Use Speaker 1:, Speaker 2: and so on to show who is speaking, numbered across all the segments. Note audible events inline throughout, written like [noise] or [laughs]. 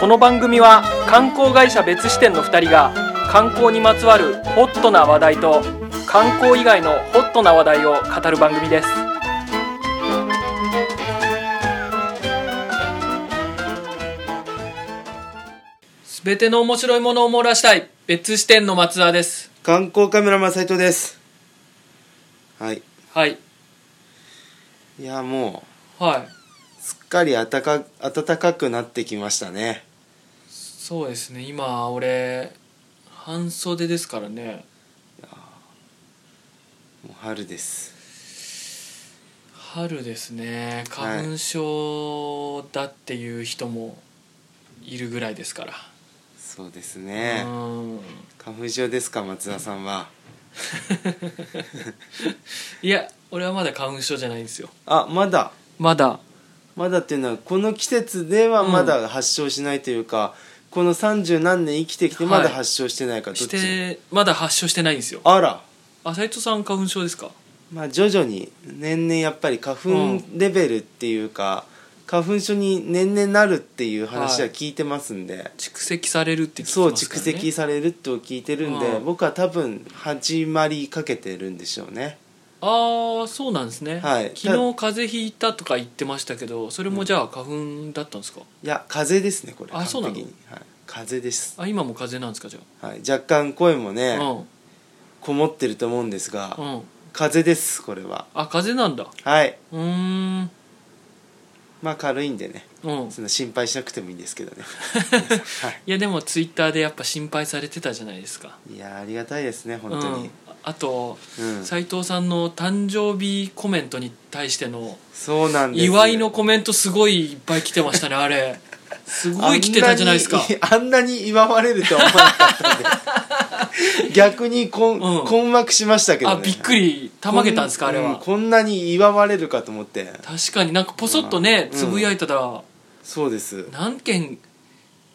Speaker 1: この番組は観光会社別支店の2人が観光にまつわるホットな話題と観光以外のホットな話題を語る番組ですすべての面白いものを漏らしたい別支店の松田です
Speaker 2: 観光カメラマン斉藤ですはい
Speaker 1: はい
Speaker 2: いやも
Speaker 1: はいう
Speaker 2: すっかり暖か暖かくなってきましたね
Speaker 1: そうですね今俺半袖ですからね
Speaker 2: もう春です
Speaker 1: 春ですね
Speaker 2: はい
Speaker 1: 花粉症だっていう人もいるぐらいですから、
Speaker 2: そうですね
Speaker 1: う
Speaker 2: [laughs]
Speaker 1: ん
Speaker 2: 花粉症ですか松田さんは、
Speaker 1: いや俺はまだ花粉症じゃないんですよ
Speaker 2: あまだ
Speaker 1: まだ
Speaker 2: まだっていうのはこの季節ではまだ発症しないというか、この三十何年生きてきてま
Speaker 1: は
Speaker 2: だ
Speaker 1: い
Speaker 2: 発症してないか、ど
Speaker 1: し
Speaker 2: っち
Speaker 1: てまだ発症してないんですよ
Speaker 2: あら
Speaker 1: あ斉藤さん花粉症ですか
Speaker 2: まあ徐々に年々やっぱり花
Speaker 1: う
Speaker 2: 粉
Speaker 1: ん
Speaker 2: レベルっていうか、花粉症に年々なるっていう話は聞いてますんで、
Speaker 1: 蓄積されるって聞き
Speaker 2: そう
Speaker 1: ますか
Speaker 2: 蓄
Speaker 1: ら、ね、
Speaker 2: 積されると聞いてるんで、
Speaker 1: うん
Speaker 2: 僕は多分始まりかけてるんでしょうね
Speaker 1: ああそうなんですね、
Speaker 2: はい
Speaker 1: 昨日風邪ひいたとか言ってましたけどそれもじゃあ花粉だったんですか、
Speaker 2: いや風邪ですねこれ
Speaker 1: あそうなの
Speaker 2: 完璧にはい、風邪です、
Speaker 1: あ今も風邪なんですかじゃ
Speaker 2: はい、若干声もね、
Speaker 1: あ、
Speaker 2: こもってると思うんですが、
Speaker 1: うんうん
Speaker 2: 風邪ですこれは
Speaker 1: あ風邪なんだ
Speaker 2: はい
Speaker 1: うんうん
Speaker 2: まあ軽いんでねそんな心配しなくてもいいんですけどね、
Speaker 1: [laughs]
Speaker 2: はい
Speaker 1: やでもツイッターでやっぱ心配されてたじゃないですか
Speaker 2: い、いやありがたいですね本当に、
Speaker 1: うん、あと
Speaker 2: うん
Speaker 1: 斉藤さんの誕生日コメントに対しての
Speaker 2: そうなんです
Speaker 1: 祝いのコメントすごいいっぱい来てましたねあれすごい来てたじゃないですか
Speaker 2: あんなにあんなに祝われるとは思わなかった
Speaker 1: [laughs]
Speaker 2: んで逆にこん、
Speaker 1: うん
Speaker 2: 困惑しましたけどね
Speaker 1: あびっくりたまげたんですかあれは、
Speaker 2: うんこんなに祝われるかと思って
Speaker 1: 確かになんかポソッとね
Speaker 2: うん
Speaker 1: つぶやいたら
Speaker 2: そうです
Speaker 1: 何件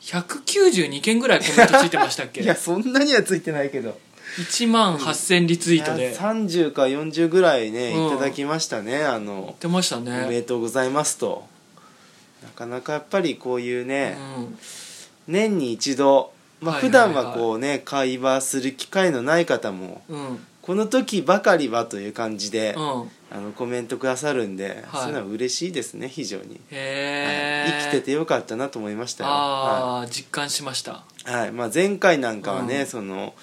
Speaker 1: 192件ぐらいコメントついてましたっけ
Speaker 2: いやそんなにはついてないけど
Speaker 1: 1万8000リツイート
Speaker 2: い
Speaker 1: で
Speaker 2: や30か40ぐらいね、
Speaker 1: うん
Speaker 2: いただきましたねあの、
Speaker 1: 出ました
Speaker 2: おめで
Speaker 1: ね
Speaker 2: とうございますとなかなかやっぱりこういうね、
Speaker 1: うん
Speaker 2: 年に一度まあ
Speaker 1: はい
Speaker 2: 普段はこうね、会話する機会のない方も
Speaker 1: うん
Speaker 2: この時ばかりはという感じで、
Speaker 1: うん
Speaker 2: あのコメントくださるんで、
Speaker 1: はい
Speaker 2: そういうのは嬉しいですね非常に、
Speaker 1: へえ、
Speaker 2: はい生きててよかったなと思いましたよはい
Speaker 1: ああ、実感しました
Speaker 2: はいまあ、前回なんかはね、
Speaker 1: うん
Speaker 2: その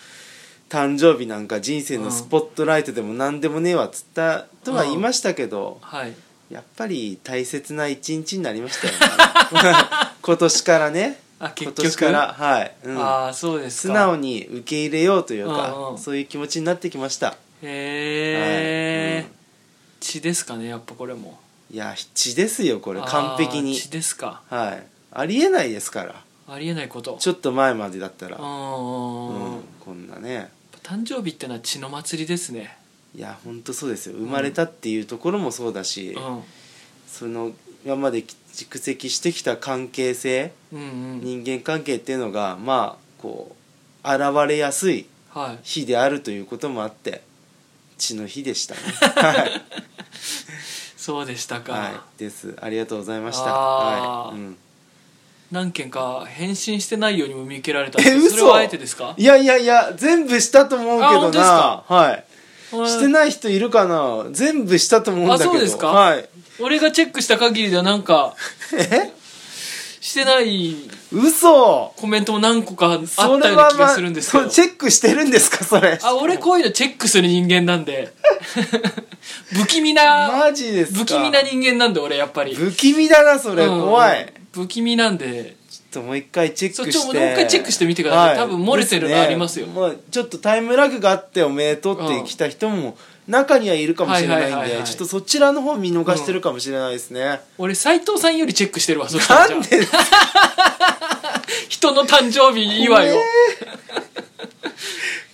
Speaker 2: 誕生日なんか人生のスポットライトでも何でもねえわっつったとは言いましたけど、
Speaker 1: はい
Speaker 2: やっぱり大切な一日になりましたよね [laughs] 今年からね
Speaker 1: あ結
Speaker 2: 今
Speaker 1: 局
Speaker 2: 年からはい、うん
Speaker 1: ああそうです
Speaker 2: 素
Speaker 1: か
Speaker 2: 直
Speaker 1: へ
Speaker 2: に受け入れようというか、
Speaker 1: うんうん
Speaker 2: そういう気持ちになってきました
Speaker 1: え、
Speaker 2: はいうん
Speaker 1: 血ですかねやっぱこれも
Speaker 2: いや血ですよこれ完璧
Speaker 1: あ
Speaker 2: に
Speaker 1: ー血ですか
Speaker 2: はいありえないですから
Speaker 1: ありえないこと
Speaker 2: ちょっと前までだったら、
Speaker 1: う
Speaker 2: うん、
Speaker 1: ん、ん、
Speaker 2: こんなね
Speaker 1: 誕生日ってのは血の祭りですね
Speaker 2: いや本当そうですよ生まれたっていうところもそうだし、
Speaker 1: うん
Speaker 2: その今まで蓄積してきた関係性
Speaker 1: うんうん
Speaker 2: 人間関係っていうのがまあこう現れやすい
Speaker 1: はい
Speaker 2: 日であるということもあって血の日でし
Speaker 1: [laughs]
Speaker 2: たねはい、
Speaker 1: そうでしたか、
Speaker 2: はい、ですありがとうございました
Speaker 1: あー
Speaker 2: はい、うん、
Speaker 1: 何件か返信してないようにも見受けられたんで
Speaker 2: え
Speaker 1: す
Speaker 2: 嘘
Speaker 1: それはあえてですか
Speaker 2: いやいやいや全部したと思うけ
Speaker 1: あ
Speaker 2: ど
Speaker 1: 本当です
Speaker 2: な
Speaker 1: か
Speaker 2: はいして
Speaker 1: い
Speaker 2: ない人いるかな全部したと思うんだけど
Speaker 1: あそうですか
Speaker 2: はい
Speaker 1: 俺がチェックした限りではなんか
Speaker 2: え
Speaker 1: してない
Speaker 2: 嘘
Speaker 1: コメントも何個かあったよう
Speaker 2: それ
Speaker 1: な
Speaker 2: は
Speaker 1: 気
Speaker 2: ま
Speaker 1: が
Speaker 2: あ
Speaker 1: するんですけど、
Speaker 2: そうチェックしてるんですかそれ
Speaker 1: あ俺こういうのチェックする人間なんで [laughs] 不気味な
Speaker 2: マジですか
Speaker 1: 不気味な人間なんで俺やっぱり
Speaker 2: 不気味だなそれ、
Speaker 1: うん
Speaker 2: 怖い
Speaker 1: 不気味なんで
Speaker 2: ちょっともう一回チェッ
Speaker 1: そう
Speaker 2: ク
Speaker 1: ちょ
Speaker 2: して
Speaker 1: もう一回チェックしてみてください多分漏れてるの
Speaker 2: ですね
Speaker 1: ありますよ
Speaker 2: もうちょっとタイムラグがあっておめでとうって来た人も中にはいるかもしれないんで、
Speaker 1: はいはいはいはい
Speaker 2: ちょっとそちらの方見逃してるかもしれないですね、
Speaker 1: 俺斎藤さんよりチェックしてる
Speaker 2: [laughs]
Speaker 1: わそしたら
Speaker 2: な
Speaker 1: じゃあ
Speaker 2: んでですか
Speaker 1: 人の誕生日祝いを
Speaker 2: 怖え [laughs]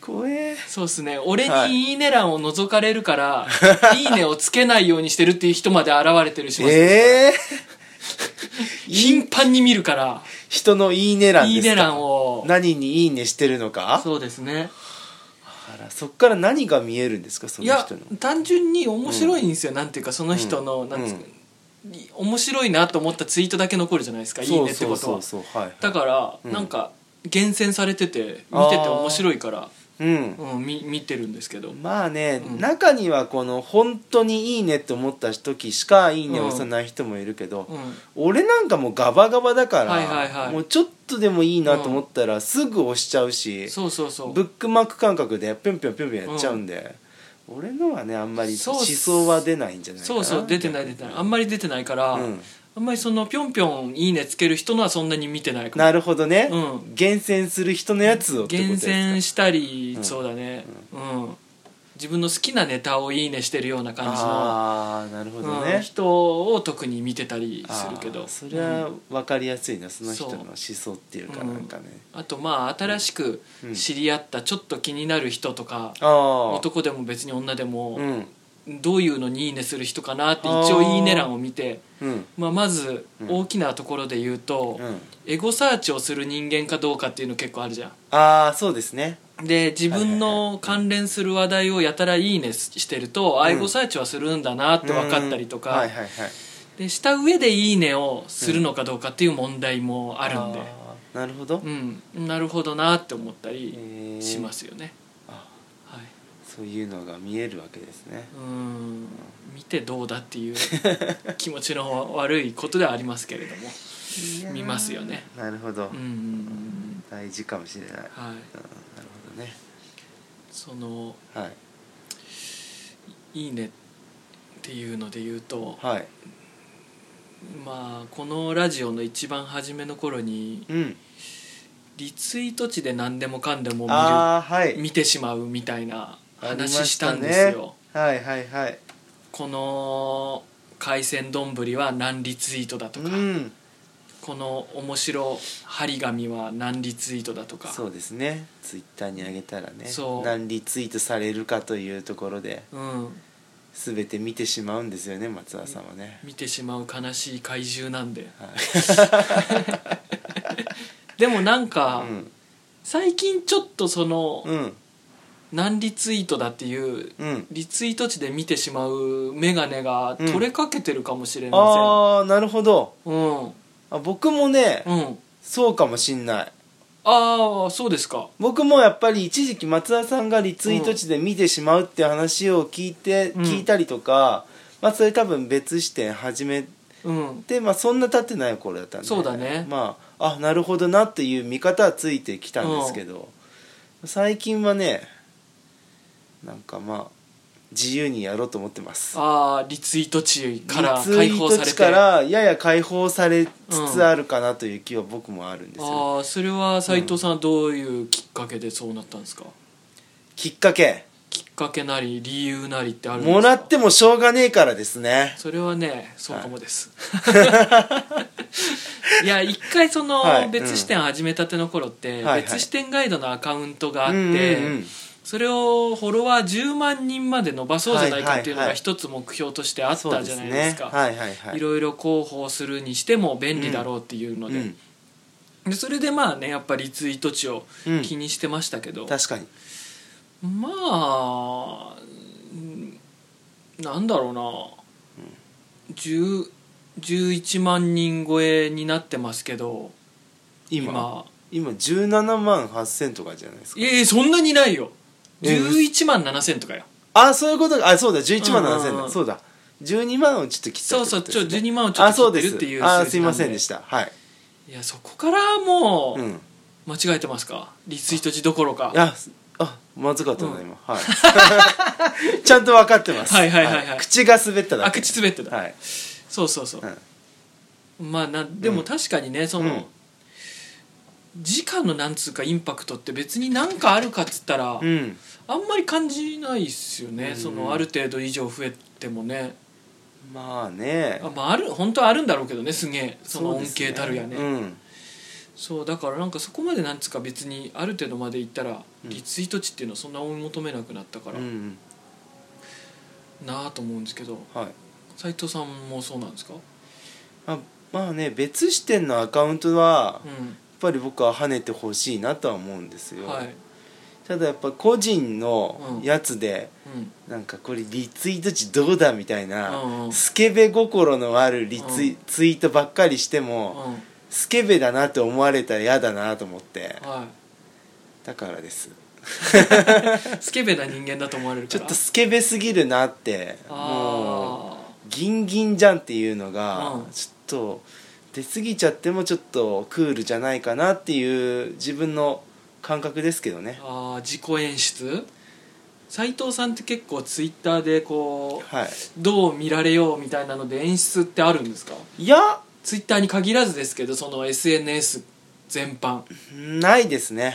Speaker 2: 怖え
Speaker 1: そうっすね俺
Speaker 2: は
Speaker 1: に「
Speaker 2: い
Speaker 1: いいね」欄を覗かれる
Speaker 2: [laughs]
Speaker 1: から「いいね」をつけないようにしてるっていう人まで現れてるします
Speaker 2: ええ [laughs]
Speaker 1: 頻繁に見るから
Speaker 2: 人のいい
Speaker 1: 「
Speaker 2: ね欄
Speaker 1: いい
Speaker 2: ですか
Speaker 1: ね」欄を
Speaker 2: 何にいいねしてるのか
Speaker 1: そうですね
Speaker 2: あらそっから何が見えるんですかそ
Speaker 1: い
Speaker 2: の
Speaker 1: や
Speaker 2: 人の
Speaker 1: 単純に面白いんですよ、なんていうかその人の、なんていうかい面白いなと思ったツイートだけ残るじゃないですかいい
Speaker 2: そう
Speaker 1: ねって
Speaker 2: そ
Speaker 1: こと
Speaker 2: うそ
Speaker 1: は
Speaker 2: うそうはい
Speaker 1: だから、
Speaker 2: うん
Speaker 1: なんか厳選されてて見てて面白いから、
Speaker 2: うん
Speaker 1: うん、み見てるんですけど
Speaker 2: まあね、
Speaker 1: うん
Speaker 2: 中にはこの本当にいいねって思った時しかいいねを押さない人もいるけど、
Speaker 1: うん
Speaker 2: 俺なんかもうガバガバだから、
Speaker 1: はいはいはい
Speaker 2: もうちょっとでもいいなと思ったらすぐ押しちゃうし、
Speaker 1: そうそうそう
Speaker 2: ブックマーク感覚でぴょんぴょんぴょんぴょんやっちゃうんで、俺のはねあんまり
Speaker 1: そう
Speaker 2: 思想は出ないんじゃないか
Speaker 1: そ
Speaker 2: な
Speaker 1: うそう出てない出てないあんまり出てないから、
Speaker 2: うん
Speaker 1: あんまりそのぴょんぴょんいいねつける人のはそんなに見てないかも
Speaker 2: なるほどね、
Speaker 1: うん
Speaker 2: 厳選する人のやつをってこ
Speaker 1: 厳
Speaker 2: とですか
Speaker 1: 選したり、
Speaker 2: うん
Speaker 1: そうだねうん、自分の好きなネタをいいねしてるような感じの、
Speaker 2: ああなるほど
Speaker 1: うん
Speaker 2: ね、
Speaker 1: 人を特に見てたりするけ
Speaker 2: あ
Speaker 1: ど
Speaker 2: ーそれは分かりやすいなその人
Speaker 1: そう
Speaker 2: の思想っていうかなんかね、
Speaker 1: あとまあ新しく
Speaker 2: うん
Speaker 1: 知り合ったちょっと気になる人とか、
Speaker 2: ああ
Speaker 1: 男でも別に女でも
Speaker 2: う、ん
Speaker 1: どういうのに「いいね」する人かなって一応「
Speaker 2: あー
Speaker 1: いいね」欄を見て、
Speaker 2: うん
Speaker 1: まあ、まず
Speaker 2: うん
Speaker 1: 大きなところで言うと、
Speaker 2: うん
Speaker 1: エゴサーチをする人間かどうかっていうの結構あるじゃ
Speaker 2: ああそうですね
Speaker 1: ん。で自分
Speaker 2: はいはい
Speaker 1: の関連する話題をやたら「いいね」してると、
Speaker 2: ん
Speaker 1: あエゴサーチはするんだなって分かったりと
Speaker 2: うんは
Speaker 1: か
Speaker 2: い、はいはい
Speaker 1: でした上で「いいね」をするのかどうかっていう問題もあるんで、
Speaker 2: あーなるほど、
Speaker 1: うんなるほどなって思った
Speaker 2: え
Speaker 1: り
Speaker 2: ー
Speaker 1: しますよね。
Speaker 2: あ
Speaker 1: はい
Speaker 2: そういうのが見えるわけですね
Speaker 1: うん見てどうだって
Speaker 2: [laughs]
Speaker 1: いう気持ちの悪いことではありますけれども見ますよね
Speaker 2: なるほど、
Speaker 1: うんうんうん
Speaker 2: 大事かもしれない、うん、なる
Speaker 1: はい
Speaker 2: ほどね
Speaker 1: その
Speaker 2: はい
Speaker 1: 「いいね」っていうので言うと
Speaker 2: はい
Speaker 1: まあこのラジオの一番初めの頃に
Speaker 2: うん
Speaker 1: リツイート値で何でもかんでも見る
Speaker 2: ああはい
Speaker 1: 見てしまうみたいな
Speaker 2: ありま
Speaker 1: 話した
Speaker 2: ね
Speaker 1: んですよ、
Speaker 2: はいはいはい
Speaker 1: この海鮮丼は何リツイートだと
Speaker 2: う
Speaker 1: か、
Speaker 2: ん
Speaker 1: この面白張り紙は何リツイートだとか
Speaker 2: そうですねツイッターに上げたらね
Speaker 1: そう
Speaker 2: 何リツイートされるかというところで
Speaker 1: うん、
Speaker 2: 全て見てしまうんですよね松田さんはね、
Speaker 1: 見てしまう悲しい怪獣なんで
Speaker 2: はい
Speaker 1: でもなんか、
Speaker 2: うん
Speaker 1: 最近ちょっとその、
Speaker 2: うん
Speaker 1: 何リツイートだっていう
Speaker 2: うん
Speaker 1: リツイート値で見てしまう眼鏡が
Speaker 2: うん
Speaker 1: 取れかけてるかもしれま
Speaker 2: ああなるほど
Speaker 1: せんうん、うん
Speaker 2: あ僕もね、
Speaker 1: あ
Speaker 2: そうかもしんない
Speaker 1: あそうですか
Speaker 2: 僕もやっぱり一時期松田さんがリツイート地で見てしまうって話を聞いて、
Speaker 1: うん
Speaker 2: 聞いたりとか、まあ、それ多分別視点始め
Speaker 1: うん
Speaker 2: て、まあ、そんな経ってない頃だったんで
Speaker 1: そうだね
Speaker 2: まああなるほどなっていう見方はついてきたんですけど、最近はねなんかまあ自由にやろうと思ってます
Speaker 1: ああリツイート値から
Speaker 2: リツ
Speaker 1: 解
Speaker 2: イー
Speaker 1: 放さ
Speaker 2: ト
Speaker 1: れ
Speaker 2: 地
Speaker 1: て
Speaker 2: からやや解放されつつあるかなという気は僕もあるんですよ、
Speaker 1: ああそれは斎藤さんはどういうきっかけでそうなったんですか、
Speaker 2: きっかけ
Speaker 1: きっかけなり理由なりってあるんですか
Speaker 2: もらってもしょうがねえからですね
Speaker 1: それはねそうかもです、 [laughs] い、や一回その
Speaker 2: はい
Speaker 1: 別視点始めたての頃って、
Speaker 2: はいはい
Speaker 1: 別視点ガイドのアカウントがあ
Speaker 2: あ
Speaker 1: って、それをフォロワー10万人まで伸ばそうじゃないかっていうのが
Speaker 2: はいはいはい
Speaker 1: 一つ目標としてあったじゃないですか、
Speaker 2: はいはいはい
Speaker 1: いろいろ広報するにしても便利だろうっていうので,、
Speaker 2: うん
Speaker 1: でそれでまあねやっぱリツイート値を
Speaker 2: うん
Speaker 1: 気にしてましたけど、
Speaker 2: 確かに
Speaker 1: まあうんなんだろうな、10 11万人超えになってますけど
Speaker 2: 今
Speaker 1: 今
Speaker 2: 今17万8000とかじゃないですか
Speaker 1: いやいやそんなにないよ
Speaker 2: え
Speaker 1: 11万7千とかよ
Speaker 2: あそういうことかあそうだ11万7000
Speaker 1: うんうんう
Speaker 2: だ
Speaker 1: ん
Speaker 2: そうだ12万をちょっと切った
Speaker 1: そうそうちょ12万をちょ
Speaker 2: あ
Speaker 1: っ
Speaker 2: そう
Speaker 1: と
Speaker 2: で
Speaker 1: 切っ
Speaker 2: す
Speaker 1: てるっていう
Speaker 2: あ
Speaker 1: 数
Speaker 2: す
Speaker 1: 字
Speaker 2: い
Speaker 1: なん
Speaker 2: ま
Speaker 1: で
Speaker 2: せんでしたはい
Speaker 1: いやそこからも
Speaker 2: うん
Speaker 1: う間違えてますかリツイート値どころか
Speaker 2: ああまずかったな今はい [laughs] ちゃんと分かってます
Speaker 1: はいはいはいはい
Speaker 2: 口が滑っただ
Speaker 1: あ
Speaker 2: け
Speaker 1: 口滑ってた
Speaker 2: はい
Speaker 1: そうそうそう
Speaker 2: うん
Speaker 1: まあなでも確かにねその、
Speaker 2: うん
Speaker 1: 時間のなんつうかインパクトって別に何かあるかっつったら、
Speaker 2: うん
Speaker 1: あんまり感じないっすよね、
Speaker 2: うん
Speaker 1: そのある程度以上増えてもね
Speaker 2: まあね
Speaker 1: あ,、まあ、ある本当はあるんだろうけどねすげえその
Speaker 2: う
Speaker 1: 恩
Speaker 2: です
Speaker 1: 恵たるやねそう
Speaker 2: うん
Speaker 1: だからなんかそこまでなんつうか別にある程度までいったら、
Speaker 2: うん
Speaker 1: リツイート値っていうのはそんな追い求めなくなったから、
Speaker 2: うん
Speaker 1: なあと思うんですけど
Speaker 2: はい
Speaker 1: 斉藤さんもそうなんですか、
Speaker 2: あまあね別視点のアカウントはやっ
Speaker 1: う
Speaker 2: ぱり僕は跳ねてほしいなとは思うんです
Speaker 1: ん
Speaker 2: よ、
Speaker 1: はい
Speaker 2: ただやっぱ個人のやつで、
Speaker 1: うん
Speaker 2: なんかこれリツイート値どうだみたいな、
Speaker 1: うんうん
Speaker 2: スケベ心のあるリツイ,、
Speaker 1: うん
Speaker 2: ツイートばっかりしても、
Speaker 1: うん
Speaker 2: スケベだなって思われたら嫌だなと思って
Speaker 1: は
Speaker 2: だからです
Speaker 1: いスケベな人間だと思われるか
Speaker 2: ちょ
Speaker 1: ら
Speaker 2: っとスケベすぎるなって
Speaker 1: あ
Speaker 2: もうギンギンじゃんっていうのが、
Speaker 1: うん
Speaker 2: ちょっと出過ぎちゃってもちょっとクールじゃないかなっていう自分の感覚ですけどね
Speaker 1: ーあー自己演出斉藤さんって結構ツイッターでこう
Speaker 2: はい
Speaker 1: どう見られようみたいなので演出ってあるんですか
Speaker 2: いや
Speaker 1: ツイッターに限らずですけどその SNS 全般
Speaker 2: ないですね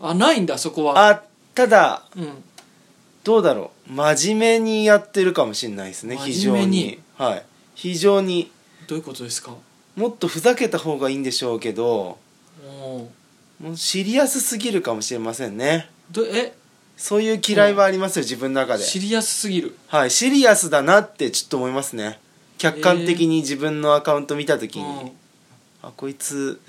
Speaker 1: あないんだそこは
Speaker 2: あただ
Speaker 1: うん
Speaker 2: どうだろう真面目にやってるかもしれないですね非
Speaker 1: 真
Speaker 2: 常
Speaker 1: 面目
Speaker 2: に
Speaker 1: に
Speaker 2: はい非常に
Speaker 1: どういうことですか
Speaker 2: もっとふざけた方がいいんでしょうけど
Speaker 1: おー
Speaker 2: もうシリアスすぎるかもしれませんね
Speaker 1: どえ
Speaker 2: そういう嫌いはありますよ、自分の中で
Speaker 1: 知りやすすぎる
Speaker 2: はいシリアスだなってちょっと思いますね客観的に自分のアカウント見た時
Speaker 1: う
Speaker 2: に、
Speaker 1: ん、うん、
Speaker 2: あこいつ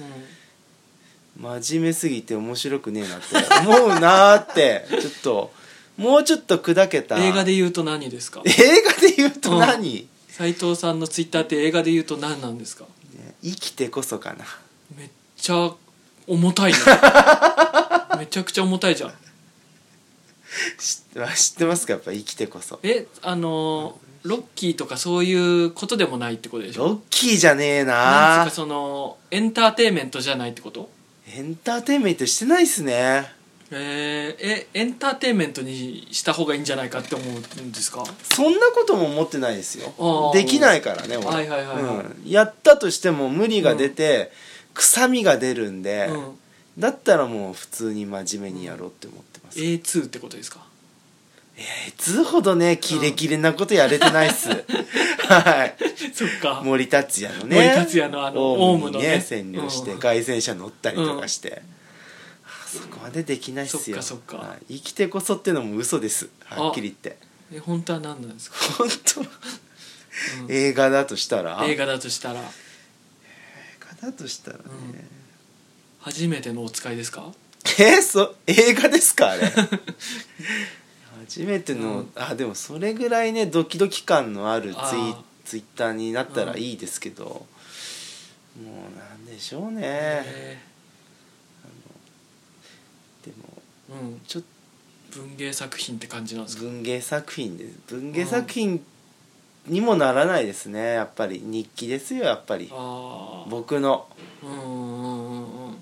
Speaker 2: 真面目すぎて面白くねえなって思うなーってちょっともうちょっと砕けた
Speaker 1: 映画で言うと何ですか
Speaker 2: 映画で言うと何、
Speaker 1: 斉藤さんのツイッターって映画で言うと何なんですか
Speaker 2: 生きてこそかな
Speaker 1: めっちゃ重たいね [laughs] めちゃくちゃ重たいじゃん
Speaker 2: 知って知ってますかやっぱ生きてこそ
Speaker 1: えあのーロッキーとかそういうことでもないってことでしょ
Speaker 2: ロッキーじゃね
Speaker 1: な
Speaker 2: え
Speaker 1: んつ
Speaker 2: な
Speaker 1: うかそのエンターテインメントじゃないってこと
Speaker 2: エンターテインメントしてないっすね
Speaker 1: えー、えエンターテインメントにした方がいいんじゃないかって思うんですか
Speaker 2: そんなことも思ってないですよ
Speaker 1: ああ
Speaker 2: できないからね俺、
Speaker 1: はいはいはいはい
Speaker 2: うんやったとしても無理が出て、臭みが出るんで、
Speaker 1: うん
Speaker 2: だったらもう普通に真面目にやろうって思ってます、え
Speaker 1: A2 ってことですか
Speaker 2: いつほどねキレキレなことやれてないっ
Speaker 1: [laughs]
Speaker 2: す、はい
Speaker 1: [laughs] そっか
Speaker 2: 森達也のね
Speaker 1: 森達也のあの
Speaker 2: オウムに
Speaker 1: オウムのね
Speaker 2: ね占領して、
Speaker 1: うん
Speaker 2: 外旋車乗ったりとかして、はあそこまでできないっすよ
Speaker 1: そっかそっか
Speaker 2: はい生きてこそってのも嘘ですはっきり言って
Speaker 1: [laughs] え本当は何なんですか、
Speaker 2: 本当、
Speaker 1: うん
Speaker 2: [laughs] 映画だとしたら
Speaker 1: 映画だとしたら
Speaker 2: 映画だとしたらね、
Speaker 1: 初めてのお使いですか
Speaker 2: えそ映画ですかあれ初めての、あでもそれぐらいねドキドキ感のあるツイ
Speaker 1: あー
Speaker 2: ツイッターになったらいいですけど、もうなんでしょうね、
Speaker 1: え
Speaker 2: でも
Speaker 1: ーうん
Speaker 2: ちょっと
Speaker 1: 文芸作品って感じなんですか
Speaker 2: 文芸作品です文芸作品にもならないですねやっぱり日記ですよやっぱり
Speaker 1: ああ
Speaker 2: 僕の
Speaker 1: うんうんうんうん
Speaker 2: はいもう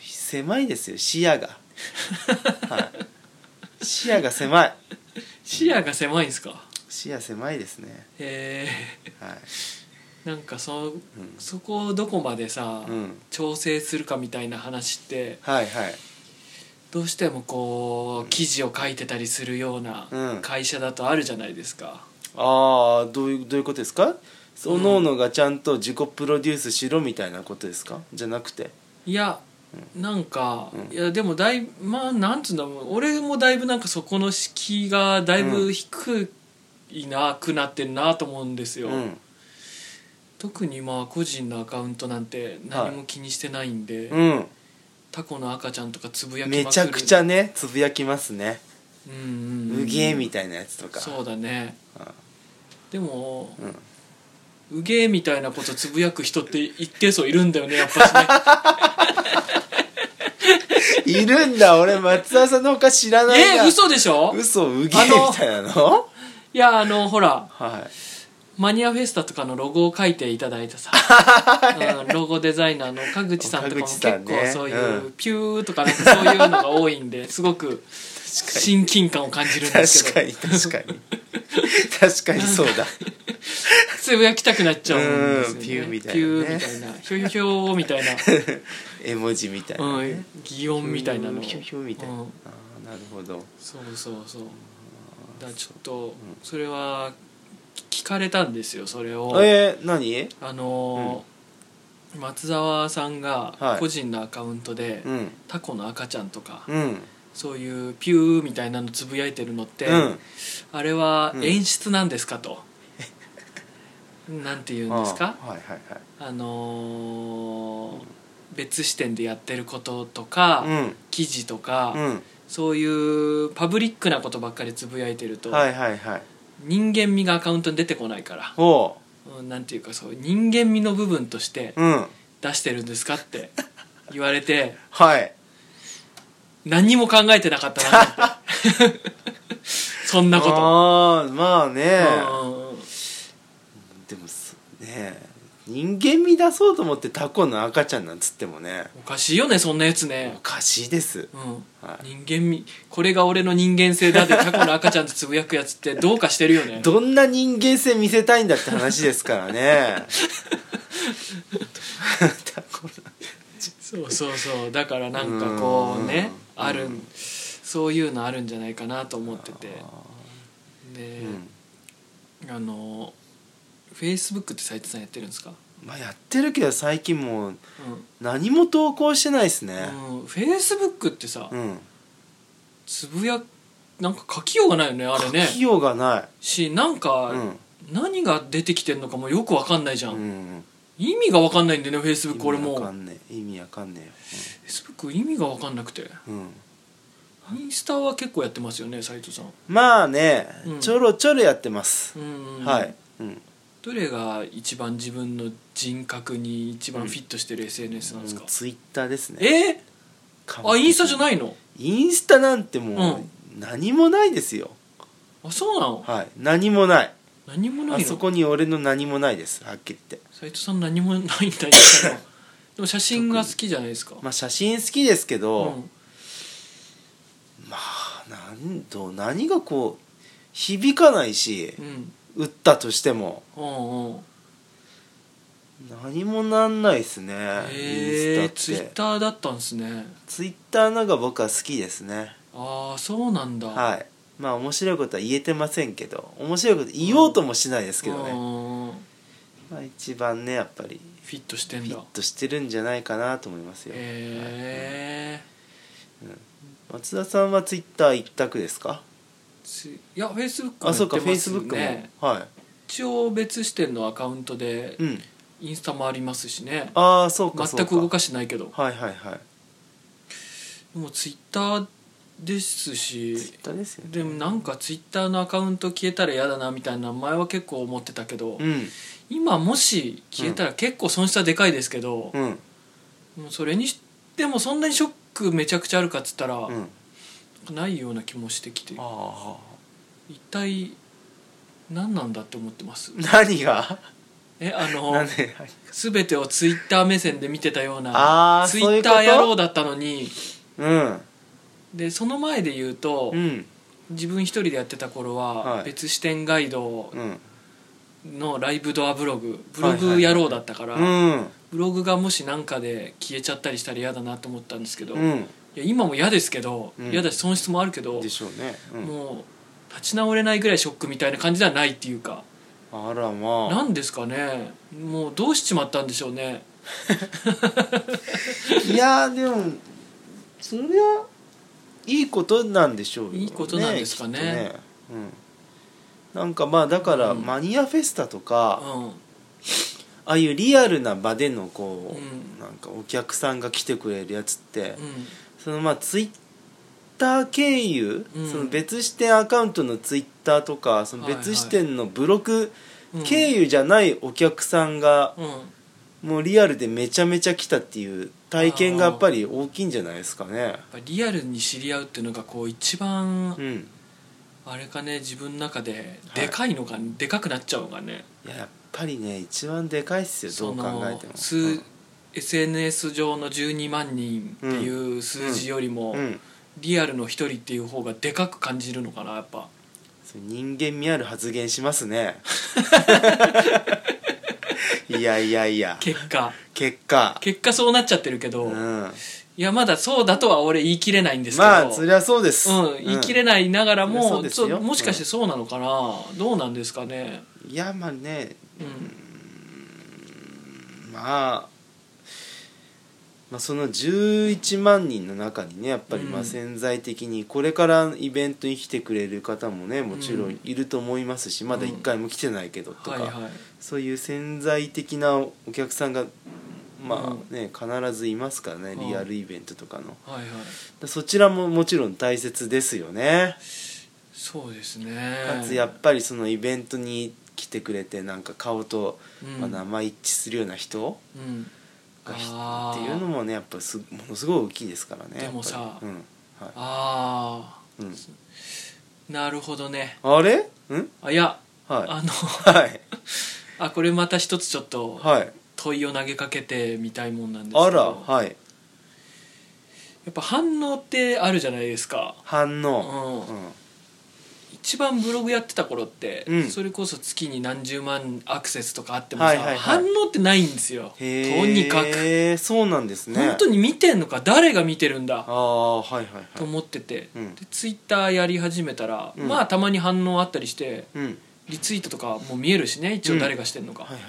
Speaker 2: 狭いですよ視
Speaker 1: [laughs]
Speaker 2: 野が、はい、視野が狭い
Speaker 1: 視野が狭いんですか
Speaker 2: 視野狭いですね
Speaker 1: へ
Speaker 2: はい
Speaker 1: え [laughs] なんかそ,、
Speaker 2: ん
Speaker 1: そこをどこまでさ、
Speaker 2: うん
Speaker 1: 調整するかみたいな話って
Speaker 2: はいはい
Speaker 1: どうしてもこう記事を書いてたりするよう
Speaker 2: う
Speaker 1: なん会社だとあるじゃないですか、
Speaker 2: ああどういうどういうことですかおのおのがちゃんと自己プロデュースしろみたいなことですかじゃなくて
Speaker 1: いやなんか、
Speaker 2: うん
Speaker 1: いやでもだいまあなんつうんだろう俺もだいぶなんかそこの敷居がだいぶ低いなくなってんなと思うんです
Speaker 2: う
Speaker 1: よ、
Speaker 2: ん
Speaker 1: 特にまあ個人のアカウントなんて何も気にしてないんで、
Speaker 2: うん
Speaker 1: タコの赤ちゃんとかつぶやきまく
Speaker 2: め
Speaker 1: る
Speaker 2: ちゃくちゃねつぶやきますね
Speaker 1: うん
Speaker 2: 「
Speaker 1: うんうん
Speaker 2: うげえ」みたいなやつとか
Speaker 1: そうだねでも、
Speaker 2: うん
Speaker 1: うげえみたいなことつぶやく人って一定数いるんだよ
Speaker 2: [laughs]
Speaker 1: ねやっぱしね
Speaker 2: いるんだ俺松田さんのほか知らない
Speaker 1: え
Speaker 2: な
Speaker 1: 嘘でしょ
Speaker 2: 嘘うげえみたいなの
Speaker 1: いやあのほら
Speaker 2: はい
Speaker 1: マニアフェスタとかのロゴを書いていただい
Speaker 2: [laughs]
Speaker 1: たさ、うん、ロゴデザイナーの香口さんとかも
Speaker 2: お
Speaker 1: 結
Speaker 2: 香口さんね
Speaker 1: 構そういう、
Speaker 2: うん
Speaker 1: ピューとかなんかそういうのが多いんですごく親近感を感じるんです
Speaker 2: 確
Speaker 1: け
Speaker 2: か
Speaker 1: ど
Speaker 2: に確かに確かにそうだ
Speaker 1: つぶやきたくなっちゃうんですよ、ね
Speaker 2: うんピューみたいなね
Speaker 1: ピューみたいなひょひょひょーみたい
Speaker 2: 絵文字みたい
Speaker 1: な、
Speaker 2: な、
Speaker 1: う
Speaker 2: ね
Speaker 1: ん、擬音みたいなのを
Speaker 2: ひょひょみたいな、
Speaker 1: うん
Speaker 2: ああなるほど
Speaker 1: そうそうそうだからちょっとそれは聞かれたんですよそれを、
Speaker 2: えー、何
Speaker 1: あのー松沢さんが
Speaker 2: はい
Speaker 1: 個人のアカウントで、
Speaker 2: うん
Speaker 1: タコの赤ちゃんとか、
Speaker 2: うん
Speaker 1: そういうピューみたいなのつぶやいてるのって、
Speaker 2: うん
Speaker 1: あれは
Speaker 2: うん
Speaker 1: 演出なんですか
Speaker 2: [laughs]
Speaker 1: と、なんて言うんですか
Speaker 2: ああはいはいはい
Speaker 1: あのー別視点でやってることとか、
Speaker 2: うん
Speaker 1: 記事とか、
Speaker 2: うん
Speaker 1: そういうパブリックなことばっかりつぶやいてると、
Speaker 2: はいはいはい
Speaker 1: 人間味がアカウントに出てこないから、
Speaker 2: ほ
Speaker 1: うん、なんていうかそう人間味の部分として
Speaker 2: ううん
Speaker 1: 出してるんですか
Speaker 2: [laughs]
Speaker 1: って言われて
Speaker 2: はい
Speaker 1: 何にも考えてなかったなって [laughs] そんなこと。
Speaker 2: ああまあね
Speaker 1: うんうんうん
Speaker 2: でもそね人間味出そうと思ってタコの赤ちゃんなんつってもね
Speaker 1: おかしいよねそんなやつね
Speaker 2: お、かしいです
Speaker 1: うん
Speaker 2: は
Speaker 1: 人間味これが俺の人間性だってタコの赤ちゃんとつぶやくやつってどうかしてるよね
Speaker 2: どんな人間性見せたいんだって話ですから
Speaker 1: [laughs]
Speaker 2: ねタコの
Speaker 1: そうそうそうだからなんかこうね
Speaker 2: うん
Speaker 1: あるそういうのあるんじゃないかなと思っててで、
Speaker 2: うん
Speaker 1: あのフェイスブックって斉藤さんやってるんですか、
Speaker 2: まあやってるけど最近もう
Speaker 1: うん
Speaker 2: 何も投稿してないですね
Speaker 1: フェイスブックってさ、
Speaker 2: うん
Speaker 1: つぶやなんか書きようがないよねあれね
Speaker 2: 書きようがな
Speaker 1: しなん
Speaker 2: い
Speaker 1: か、
Speaker 2: うん
Speaker 1: 何が出てきてんのかもよくわかんないじゃん、
Speaker 2: うん
Speaker 1: 意味がわかんないんだよねフェイスブック
Speaker 2: 意
Speaker 1: 俺
Speaker 2: 味
Speaker 1: も
Speaker 2: わ
Speaker 1: フ
Speaker 2: か
Speaker 1: ェイ
Speaker 2: んねえ意味わかんねえよ
Speaker 1: スブック意味がわかんなくて
Speaker 2: うんうん
Speaker 1: インスタは結構やってますよね斉藤さん
Speaker 2: まあね
Speaker 1: うん
Speaker 2: ちょろちょろやってます
Speaker 1: うんうん
Speaker 2: はいうん
Speaker 1: どれが一番自分の人格に一番フィットしてる SNS なんですか、
Speaker 2: ツイッターですね
Speaker 1: えー、あインスタじゃ
Speaker 2: い
Speaker 1: ないの
Speaker 2: インスタなんても
Speaker 1: う
Speaker 2: う何もないですよ
Speaker 1: あそうなの
Speaker 2: はい何もない
Speaker 1: 何もな
Speaker 2: あ
Speaker 1: い
Speaker 2: そ
Speaker 1: の
Speaker 2: こに俺の何もないですはっきり言って
Speaker 1: 斉藤さん何もないんだインスタにはでも写真が好きじゃないですか、
Speaker 2: [laughs] まあ写真好きですけど、
Speaker 1: うん
Speaker 2: まあなんどう何がこう響かないし
Speaker 1: うん
Speaker 2: 打ったとしても
Speaker 1: うんうん
Speaker 2: 何もなんないですね、
Speaker 1: えー、ツイ
Speaker 2: インスタっ
Speaker 1: ッ
Speaker 2: て
Speaker 1: ターだったんですね
Speaker 2: ツイッターのが僕は好きですね
Speaker 1: ああそうなんだい
Speaker 2: はいまあ面白いことは言えてませんけど面白いこと言おうともしないですけどね、まあ、一番ねやっぱり
Speaker 1: フィットしてん
Speaker 2: フィ
Speaker 1: だ
Speaker 2: ットしてるんじゃないかなと思いますよ、
Speaker 1: へえ
Speaker 2: 松田さんはツイッター一択ですか
Speaker 1: ついやフェイスブックも
Speaker 2: あ
Speaker 1: や
Speaker 2: そ
Speaker 1: っ
Speaker 2: うか
Speaker 1: て
Speaker 2: フェ
Speaker 1: ま
Speaker 2: イス
Speaker 1: す
Speaker 2: ブックも、
Speaker 1: ね
Speaker 2: は
Speaker 1: 一応別視点のアカウントで
Speaker 2: いうん
Speaker 1: インスタもありますしね
Speaker 2: ああそうかそうか
Speaker 1: 全く動かしてないけど
Speaker 2: はいはいはい
Speaker 1: もうツイッターです
Speaker 2: ツイ
Speaker 1: し
Speaker 2: ッターですよね
Speaker 1: でもなんかツイッターのアカウント消えたら嫌だなみたいな前は結構思ってたけど
Speaker 2: うん
Speaker 1: 今もし消えたら結構損失はでかいですけど
Speaker 2: うん
Speaker 1: もうそれにしてもそんなにショックめちゃくちゃあるかっつったら
Speaker 2: うん
Speaker 1: ないような気もしてきて
Speaker 2: ああ
Speaker 1: 一体何なんだって思ってます
Speaker 2: 何が
Speaker 1: えあの
Speaker 2: 何で
Speaker 1: 全てをツイッター目線で見てたよう
Speaker 2: あ
Speaker 1: な
Speaker 2: ー
Speaker 1: ツ
Speaker 2: そ
Speaker 1: イ
Speaker 2: う
Speaker 1: ッ
Speaker 2: いう
Speaker 1: タ
Speaker 2: こと
Speaker 1: ー野郎だったのに
Speaker 2: うん
Speaker 1: でその前で言うと、
Speaker 2: うん
Speaker 1: 自分一人でやってた頃は
Speaker 2: はい
Speaker 1: 別視点ガイド
Speaker 2: うん
Speaker 1: のライブドアブログブ
Speaker 2: はい
Speaker 1: ロ
Speaker 2: はい
Speaker 1: グ野郎だったから、
Speaker 2: うん
Speaker 1: ブログがもし何かで消えちゃったりしたら嫌だなと思ったんですけど、い
Speaker 2: うん
Speaker 1: や今も嫌ですけど、
Speaker 2: うん
Speaker 1: 嫌だし損失もあるけど
Speaker 2: でしょうね、うん、
Speaker 1: もう立ち直れないぐらいショックみたいな感じではないっていうか
Speaker 2: あらまあ
Speaker 1: 何ですかねもうどうしちまったんでしょうね
Speaker 2: いやでもそりゃいいことなんでしょうよ
Speaker 1: いいことなんですかね
Speaker 2: きっとうん、なんかまあだから、
Speaker 1: うん
Speaker 2: マニアフェスタとか、
Speaker 1: うん
Speaker 2: ああいうリアルな場でのこう、
Speaker 1: うん
Speaker 2: なんかお客さんが来てくれるやつって、
Speaker 1: うん
Speaker 2: そのまあツイッター経由、
Speaker 1: うん
Speaker 2: その別視点アカウントのツイッターとかその別視点のブログ
Speaker 1: うん
Speaker 2: 経由じゃないお客さんが
Speaker 1: うん
Speaker 2: もうリアルでめちゃめちゃ来たっていう体験がやっぱり大きいんじゃないですかね。
Speaker 1: やっぱリアルに知り合うっていうのがこう一番
Speaker 2: うん、
Speaker 1: あれかね自分の中で
Speaker 2: はい
Speaker 1: でかいのが、でかくなっちゃうのがね
Speaker 2: いややっぱりね一番でかいっすよどう考えても。
Speaker 1: 数、SNS 上の12万人っていう数字よりも、
Speaker 2: うんうん
Speaker 1: リアルの一人っていう方がでかく感じるのかなやっぱ
Speaker 2: そう人間味ある発言しま
Speaker 1: [laughs]
Speaker 2: すねいやいやいや
Speaker 1: 結果
Speaker 2: 結果
Speaker 1: 結果そうなっちゃってるけど、
Speaker 2: う
Speaker 1: い
Speaker 2: んま
Speaker 1: やまだそうだとは俺言い切れないんですけど、
Speaker 2: あそりゃそうです、
Speaker 1: うん、言い切れないながら
Speaker 2: そりゃ
Speaker 1: も、
Speaker 2: そうです
Speaker 1: そ
Speaker 2: よ
Speaker 1: うもしかしてそうなのかな、どうなんですかね、
Speaker 2: いやまあね
Speaker 1: うん
Speaker 2: まあまあ、その11万人の中にねやっぱり
Speaker 1: う
Speaker 2: まあ
Speaker 1: ん
Speaker 2: 潜在的にこれからイベントに来てくれる方もねもちろんいると思いますし、まだ1回も来てないけどとか、
Speaker 1: はいはい
Speaker 2: そういう潜在的なお客さんがまあね、必ずいますからね
Speaker 1: うん
Speaker 2: リアルイベントとかの、
Speaker 1: はいはい
Speaker 2: でそちらももちろん大切ですよね、
Speaker 1: そうですね
Speaker 2: かつやっぱりそのイベントに来てくれてなんか顔と、
Speaker 1: うん
Speaker 2: まあ、名前一致するような人
Speaker 1: うん
Speaker 2: がひ
Speaker 1: あ
Speaker 2: っ
Speaker 1: ー
Speaker 2: ていうのもねやっぱすものすごい大きいですからね
Speaker 1: でもさ
Speaker 2: やっぱりうんはい
Speaker 1: あ
Speaker 2: うん、
Speaker 1: あなるほどね
Speaker 2: あれうん
Speaker 1: あいや
Speaker 2: は
Speaker 1: あの
Speaker 2: いはい
Speaker 1: あこれまた一つちょっと [laughs]
Speaker 2: はい
Speaker 1: 問いを投げかけてみたいもんなんですけど
Speaker 2: あらはい
Speaker 1: やっぱ反応ってあるじゃないですか
Speaker 2: 反応
Speaker 1: う一番ブログやってた頃って、
Speaker 2: うん
Speaker 1: それこそ月に何十万アクセスとかあってもさ、
Speaker 2: はいはいはい
Speaker 1: 反応ってないんですよと
Speaker 2: へえ
Speaker 1: にかく
Speaker 2: そうなんですね
Speaker 1: 本当に見てんのか誰が見てるんだ
Speaker 2: ああはいはい
Speaker 1: と
Speaker 2: はい
Speaker 1: 思ってて、
Speaker 2: うん
Speaker 1: でツイッターやり始めたら、
Speaker 2: うん
Speaker 1: まあたまに反応あったりして
Speaker 2: うん
Speaker 1: リツイートとかも見えるしね一応誰がしてんのか
Speaker 2: はい、はいは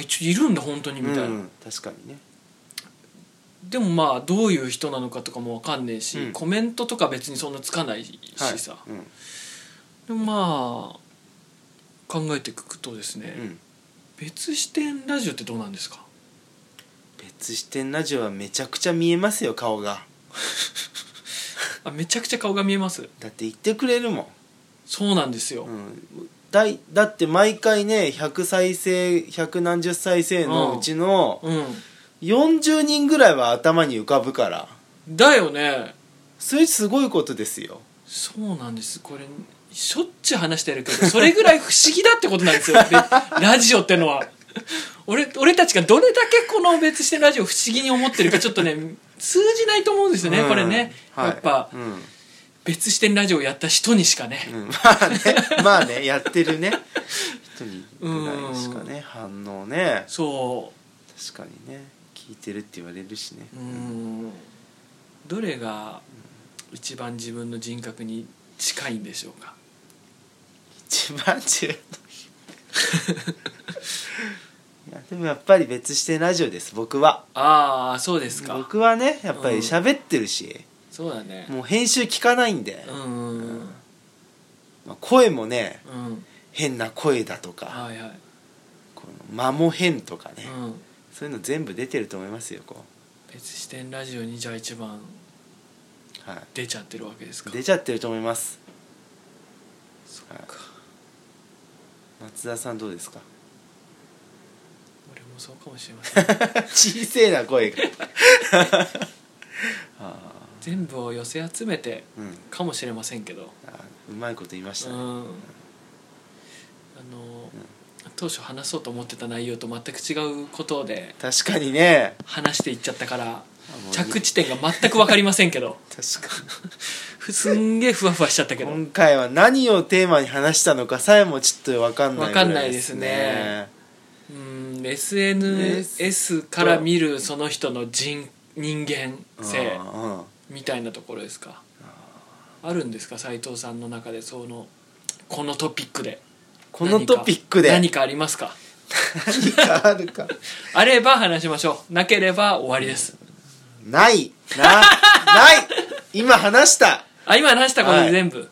Speaker 1: あ一応いるんだ本当にみたいな、
Speaker 2: うん、確かにね
Speaker 1: でもまあどういう人なのかとかもわかんねえし、
Speaker 2: うん
Speaker 1: コメントとか別にそんなつかないし
Speaker 2: はい
Speaker 1: さ、
Speaker 2: うん
Speaker 1: でもまあ考えていくとですね、
Speaker 2: うん
Speaker 1: 別視点ラジオってどうなんですか
Speaker 2: 別視点ラジオはめちゃくちゃ見えますよ顔が
Speaker 1: あめちゃくちゃ顔が見えます
Speaker 2: だって言ってくれるも
Speaker 1: そうなんですよ、
Speaker 2: ん、うん、だいだって毎回ね100再生100何十再生のうちの
Speaker 1: うん
Speaker 2: 40人ぐらいは頭に浮かぶから
Speaker 1: だよね
Speaker 2: それすごいことですよ
Speaker 1: そうなんですこれしょっちゅう話してるけどそれぐらい不思議だってことなん
Speaker 2: [laughs]
Speaker 1: ですよでラジオってのは俺俺たちがどれだけこの別視点ラジオ不思議に思ってるかちょっとね通じないと思うんですよね、
Speaker 2: うん
Speaker 1: これね、
Speaker 2: はい
Speaker 1: やっぱ
Speaker 2: [laughs] うん
Speaker 1: 別視点ラジオやった人にしかね、
Speaker 2: うん、まあねまあねやってるね人にぐらいしかね反応ね
Speaker 1: そ
Speaker 2: 確かにね聞いてるって言われるしね
Speaker 1: ううんどれが一番自分の人格に近いんでしょうか
Speaker 2: 一番中 [laughs] いやでもやっぱり別視点ラジオです僕は
Speaker 1: ああそうですか
Speaker 2: 僕はねやっぱり
Speaker 1: うん
Speaker 2: 喋ってるし、
Speaker 1: そうだね
Speaker 2: もう編集聞かないんで、
Speaker 1: うんうん
Speaker 2: まあ、声もね
Speaker 1: うん
Speaker 2: 変な声だとか
Speaker 1: はいはい
Speaker 2: この間も変とかね、
Speaker 1: うん
Speaker 2: そういうの全部出てると思いますよこ
Speaker 1: 別視点ラジオにじゃあ一番
Speaker 2: う、は
Speaker 1: 出ちゃってるわけですか
Speaker 2: い、出ちゃってると思います
Speaker 1: そっ
Speaker 2: はい
Speaker 1: か
Speaker 2: 松田さんどうですか [laughs]
Speaker 1: 俺もそうかもしれません
Speaker 2: 小せえな声があ
Speaker 1: 全部を寄せ集めて
Speaker 2: ー、うん、
Speaker 1: かもしれませんけど
Speaker 2: あーうまいこと言いまし
Speaker 1: う
Speaker 2: たね、
Speaker 1: んあの当初話そうと思ってた内容と全く違うことで
Speaker 2: 確かにね
Speaker 1: 話していっちゃったから
Speaker 2: もう
Speaker 1: 着地点が全く分かりませんけ
Speaker 2: [laughs]
Speaker 1: ど
Speaker 2: 確かに
Speaker 1: ふすんげえふわふわしちゃったけど
Speaker 2: 今回は何をテーマに話したのかさえもちょっと分かんないぐら
Speaker 1: わかんないですねうん SNS から見るその人の人人間性
Speaker 2: うんうん
Speaker 1: みたいなところですかあるんですか斉藤さんの中でそのこのトピックで
Speaker 2: このトピックで
Speaker 1: 何か何かありますか
Speaker 2: 何かあるか
Speaker 1: あれば話しましょうなければ終わりです
Speaker 2: ないなない今話した
Speaker 1: あ今話したこと
Speaker 2: は
Speaker 1: で
Speaker 2: い
Speaker 1: 全部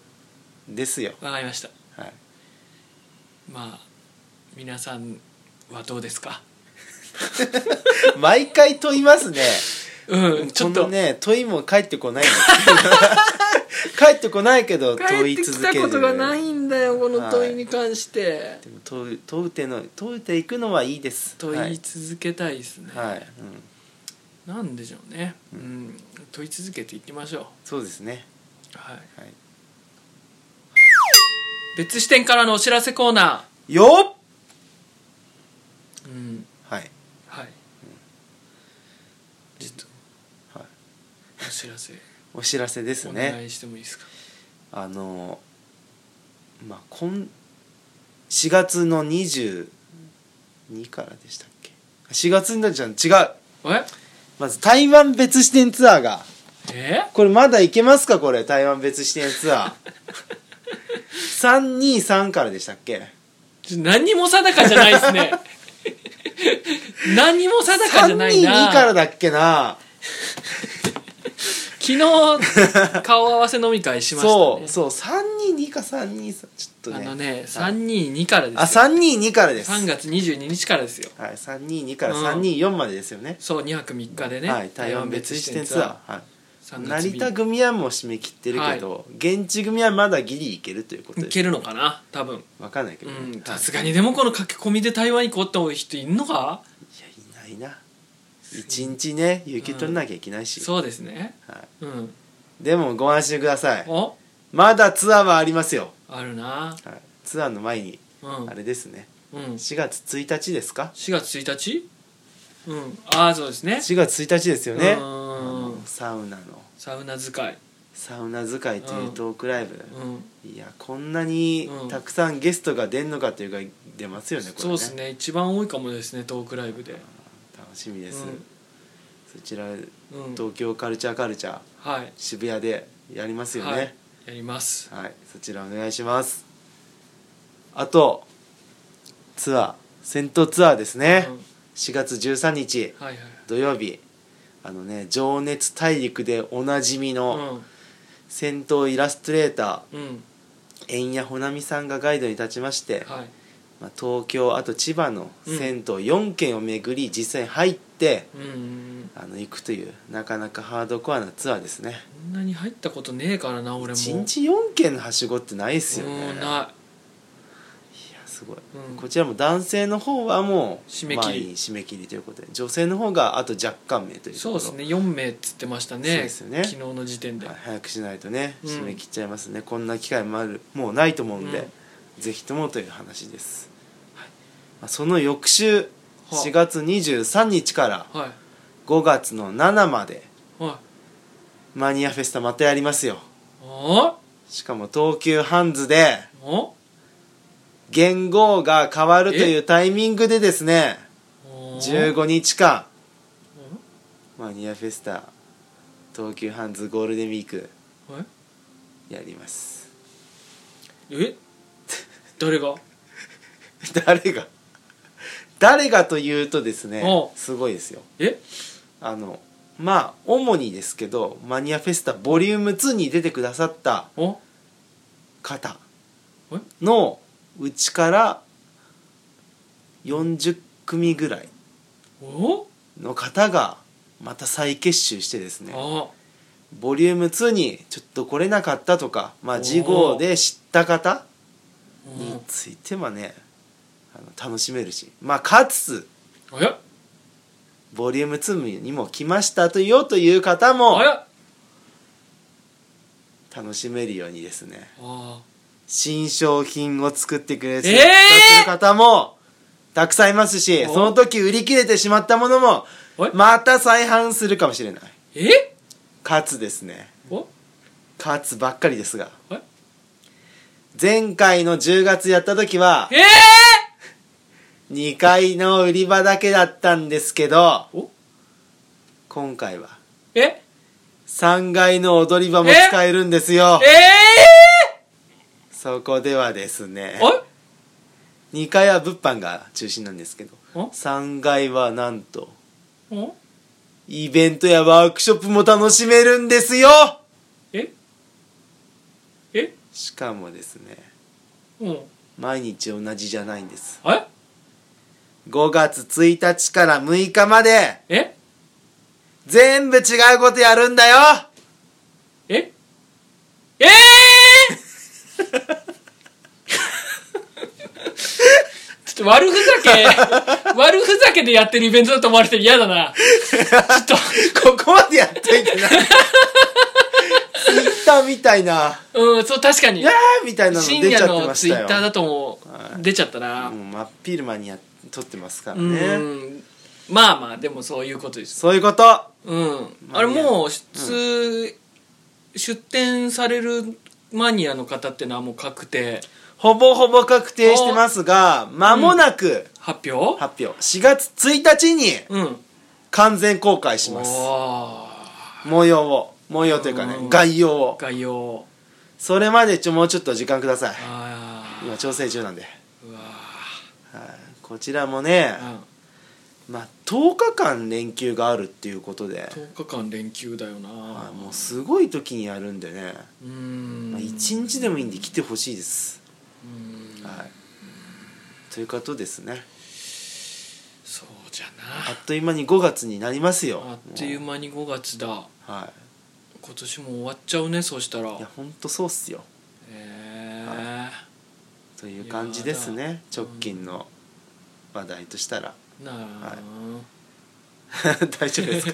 Speaker 2: ですよ、
Speaker 1: わかりました
Speaker 2: はい、
Speaker 1: まあ皆さんはどうですか
Speaker 2: 毎回問いますね
Speaker 1: うんちょっ
Speaker 2: ことのね問いも返ってこないんですけど [laughs] 返ってこない
Speaker 1: [laughs]
Speaker 2: けど問い続ける
Speaker 1: んだよこ
Speaker 2: の問いに
Speaker 1: 関して、
Speaker 2: でも問う問うての問うていくのはいいです
Speaker 1: 問い続けたいですね、
Speaker 2: はい、はいうん、
Speaker 1: なんでしょうね、うん問い続けていきましょう、
Speaker 2: そうですね
Speaker 1: はい、
Speaker 2: はい
Speaker 1: 別視点からのお知らせコーナ
Speaker 2: よっ
Speaker 1: ーうん
Speaker 2: はい
Speaker 1: はい、ちょっと、
Speaker 2: はい
Speaker 1: お知らせ
Speaker 2: お知らせです
Speaker 1: お
Speaker 2: ね
Speaker 1: 願いしてもいいですか
Speaker 2: あのまあ今4月の22からでしたっけ4月になっちゃう違う
Speaker 1: え
Speaker 2: まず台湾別支店ツアーが
Speaker 1: え
Speaker 2: これまだ行けますかこれ台湾別支店ツ
Speaker 1: [laughs]
Speaker 2: アー323からでしたっけ
Speaker 1: ちょ何も定かじゃないです
Speaker 2: [laughs]
Speaker 1: ね何も定かじゃないな
Speaker 2: 322からだっけな
Speaker 1: 昨日顔合わせ飲み会しました
Speaker 2: そ
Speaker 1: ね
Speaker 2: うそう322か323ちょっと
Speaker 1: あ
Speaker 2: ね
Speaker 1: のね322からですよ
Speaker 2: あ三322からです
Speaker 1: 3月22日からですよ
Speaker 2: はい、322から
Speaker 1: うん
Speaker 2: 324までですよね、
Speaker 1: そう2泊3日でね、
Speaker 2: はい台湾別支店ツアー、はい
Speaker 1: ー
Speaker 2: 成田組はもう締め切ってるけど、現地組はまだギリいけるということ
Speaker 1: い
Speaker 2: です
Speaker 1: けるのかな多分
Speaker 2: わかんないけ
Speaker 1: う
Speaker 2: どね、
Speaker 1: ん
Speaker 2: は
Speaker 1: さ
Speaker 2: い
Speaker 1: すがにでもこの駆け込みで台湾に来った人いんのか
Speaker 2: いやいないな一日ね雪取らなきゃいけないし、
Speaker 1: そうですね
Speaker 2: は
Speaker 1: うん
Speaker 2: い、でもご安心ください
Speaker 1: お
Speaker 2: まだツアーはありますよ、
Speaker 1: あるな
Speaker 2: はい、ツアーの前に
Speaker 1: うん
Speaker 2: あれですね、
Speaker 1: うん4
Speaker 2: 4月1日ですか
Speaker 1: 月1日うんああそうですね
Speaker 2: 4月1日ですよね
Speaker 1: うーん
Speaker 2: あのサウナの
Speaker 1: サウナ使い
Speaker 2: サウナ使いというトークライブ、
Speaker 1: うん
Speaker 2: いやこんなに
Speaker 1: うん
Speaker 2: たくさんゲストが出んのかというか出ますよねこれ
Speaker 1: そうですね一番多いかもですねトークライブで
Speaker 2: 楽しみです、
Speaker 1: うん
Speaker 2: そちら
Speaker 1: うん
Speaker 2: 東京カルチャーカルチャー
Speaker 1: はい
Speaker 2: 渋谷でやりますよ
Speaker 1: は
Speaker 2: ね
Speaker 1: いやります
Speaker 2: はい、そちらお願いしますあとツアー戦闘ツアーですね、
Speaker 1: うん
Speaker 2: 4月13日
Speaker 1: はいはい
Speaker 2: 土曜日あのね「情熱大陸」でおなじみの戦闘イラストレータ
Speaker 1: うんうん
Speaker 2: ー円谷ほなみさんがガイドに立ちまして、
Speaker 1: はい
Speaker 2: まあ、東京あと千葉の銭湯4軒を巡り実際に入って、
Speaker 1: うんうん
Speaker 2: あの行くというなかなかハードコアなツアーですね
Speaker 1: こんなに入ったことねえからな俺も
Speaker 2: 1日4軒のはしごってないですよね
Speaker 1: うん
Speaker 2: いや
Speaker 1: な
Speaker 2: すごい、
Speaker 1: うん
Speaker 2: こちらも男性の方はもう
Speaker 1: 締め切り
Speaker 2: 前に締め切りということで女性の方があと若干名とい
Speaker 1: いう
Speaker 2: と
Speaker 1: そう
Speaker 2: ころ
Speaker 1: ですね4名っつってましたね
Speaker 2: そうですよね
Speaker 1: 昨日の時点で、
Speaker 2: はい早くしないとね
Speaker 1: うん
Speaker 2: 締め切っちゃいますね、こんな機会もあるもうないと思うんで、ぜひともという話です、はいまあその翌週
Speaker 1: は
Speaker 2: 4月23日から
Speaker 1: はい
Speaker 2: 5月の7まで
Speaker 1: はい
Speaker 2: マニアフェスタまたやりますよ
Speaker 1: お
Speaker 2: しかも東急ハンズで
Speaker 1: お
Speaker 2: 元号が変わるというタイミングでですね
Speaker 1: お
Speaker 2: 15日間マニアフェスタ東急ハンズゴールデンウィーク
Speaker 1: え
Speaker 2: やります [laughs]
Speaker 1: え誰が
Speaker 2: 誰が誰がというとですね
Speaker 1: お
Speaker 2: すごいですよ
Speaker 1: え
Speaker 2: あのまあ主にですけどマニアフェスタボリューム2に出てくださった
Speaker 1: お
Speaker 2: 方
Speaker 1: え
Speaker 2: のうちから40組ぐらい
Speaker 1: お
Speaker 2: の方がまた再結集してですね
Speaker 1: あ
Speaker 2: ボリューム2にちょっと来れなかったとか、まあ、事後で知った方に
Speaker 1: う
Speaker 2: ついてはねあの楽しめるし、まあ、かつ
Speaker 1: んあや
Speaker 2: ボリューム2にも来ましたとよという方も
Speaker 1: あや
Speaker 2: 楽しめるようにですね
Speaker 1: あ
Speaker 2: 新商品を作ってくれる
Speaker 1: えー
Speaker 2: 作家する方もたくさんいますし、
Speaker 1: お
Speaker 2: その時売り切れてしまったものも
Speaker 1: おい
Speaker 2: また再販するかもしれない
Speaker 1: え
Speaker 2: かつですね
Speaker 1: お
Speaker 2: かつばっかりですが
Speaker 1: おい
Speaker 2: 前回の10月やった時は
Speaker 1: ええ
Speaker 2: 2階の売り場だけだったんですけど
Speaker 1: お
Speaker 2: 今回は
Speaker 1: ええ
Speaker 2: 3階の踊り場も使えるんですよ
Speaker 1: え
Speaker 2: そこではですね
Speaker 1: おい
Speaker 2: 2階は物販が中心なんですけど
Speaker 1: お
Speaker 2: 3階はなんと
Speaker 1: お
Speaker 2: イベントやワークショップも楽しめるんですよ
Speaker 1: ええ
Speaker 2: しかもですね
Speaker 1: うん
Speaker 2: 毎日同じじゃないんです
Speaker 1: あや
Speaker 2: 5月1日から6日まで
Speaker 1: え
Speaker 2: 全部違うことやるんだよ
Speaker 1: えええ [laughs] ちょっと悪ふざ
Speaker 2: [laughs]
Speaker 1: け、悪ふざけでやってるイベントだと思われて嫌だな。ちょっ
Speaker 2: [laughs] ここまでやっといてないツイッターみたいな
Speaker 1: と、うん、そう、確か
Speaker 2: 「い
Speaker 1: に
Speaker 2: や。ー!」みたいなの
Speaker 1: 深
Speaker 2: 出ち
Speaker 1: 夜
Speaker 2: ゃって
Speaker 1: の
Speaker 2: ま
Speaker 1: ツイ
Speaker 2: した
Speaker 1: ッター
Speaker 2: よ
Speaker 1: だとも
Speaker 2: は
Speaker 1: う出ちゃったな。
Speaker 2: もう真っ昼間にや撮ってますから
Speaker 1: う
Speaker 2: ね、
Speaker 1: ん。まあまあ、でもそういうことです。
Speaker 2: そういうこと
Speaker 1: うん。
Speaker 2: まあ
Speaker 1: あれもう、出、出展されるマニアの方ってのはもう確定
Speaker 2: ほぼほぼ確定してますが間もなく
Speaker 1: 発表
Speaker 2: 発表4月1日に
Speaker 1: うん。
Speaker 2: 完全公開します
Speaker 1: おー
Speaker 2: 模様を模様というかね
Speaker 1: うん
Speaker 2: 概要を
Speaker 1: 概要。
Speaker 2: それまでちょもうちょっと時間ください
Speaker 1: あ
Speaker 2: 今調整中なんで
Speaker 1: あうわ
Speaker 2: はいこちらもね
Speaker 1: ーうん
Speaker 2: まあ10日間連休があるっていうことで、
Speaker 1: 10日間連休だよな
Speaker 2: まあ、もうすごい時にやるんでね、
Speaker 1: うーん
Speaker 2: まあ、1日でもいいんで来てほしいです、
Speaker 1: うーん
Speaker 2: はいということですね
Speaker 1: そうじゃ
Speaker 2: あ
Speaker 1: な
Speaker 2: っという間に5月になりますよ
Speaker 1: あっという
Speaker 2: も
Speaker 1: 間に5月だ
Speaker 2: うは
Speaker 1: 今年も終わっちゃうねそうしたら
Speaker 2: いいやほんとそうっすよ
Speaker 1: え
Speaker 2: という感じです
Speaker 1: いや
Speaker 2: ね
Speaker 1: ー
Speaker 2: 直近の話題としたら [laughs]
Speaker 1: ー、なあ、
Speaker 2: は大丈夫です
Speaker 1: [laughs]
Speaker 2: か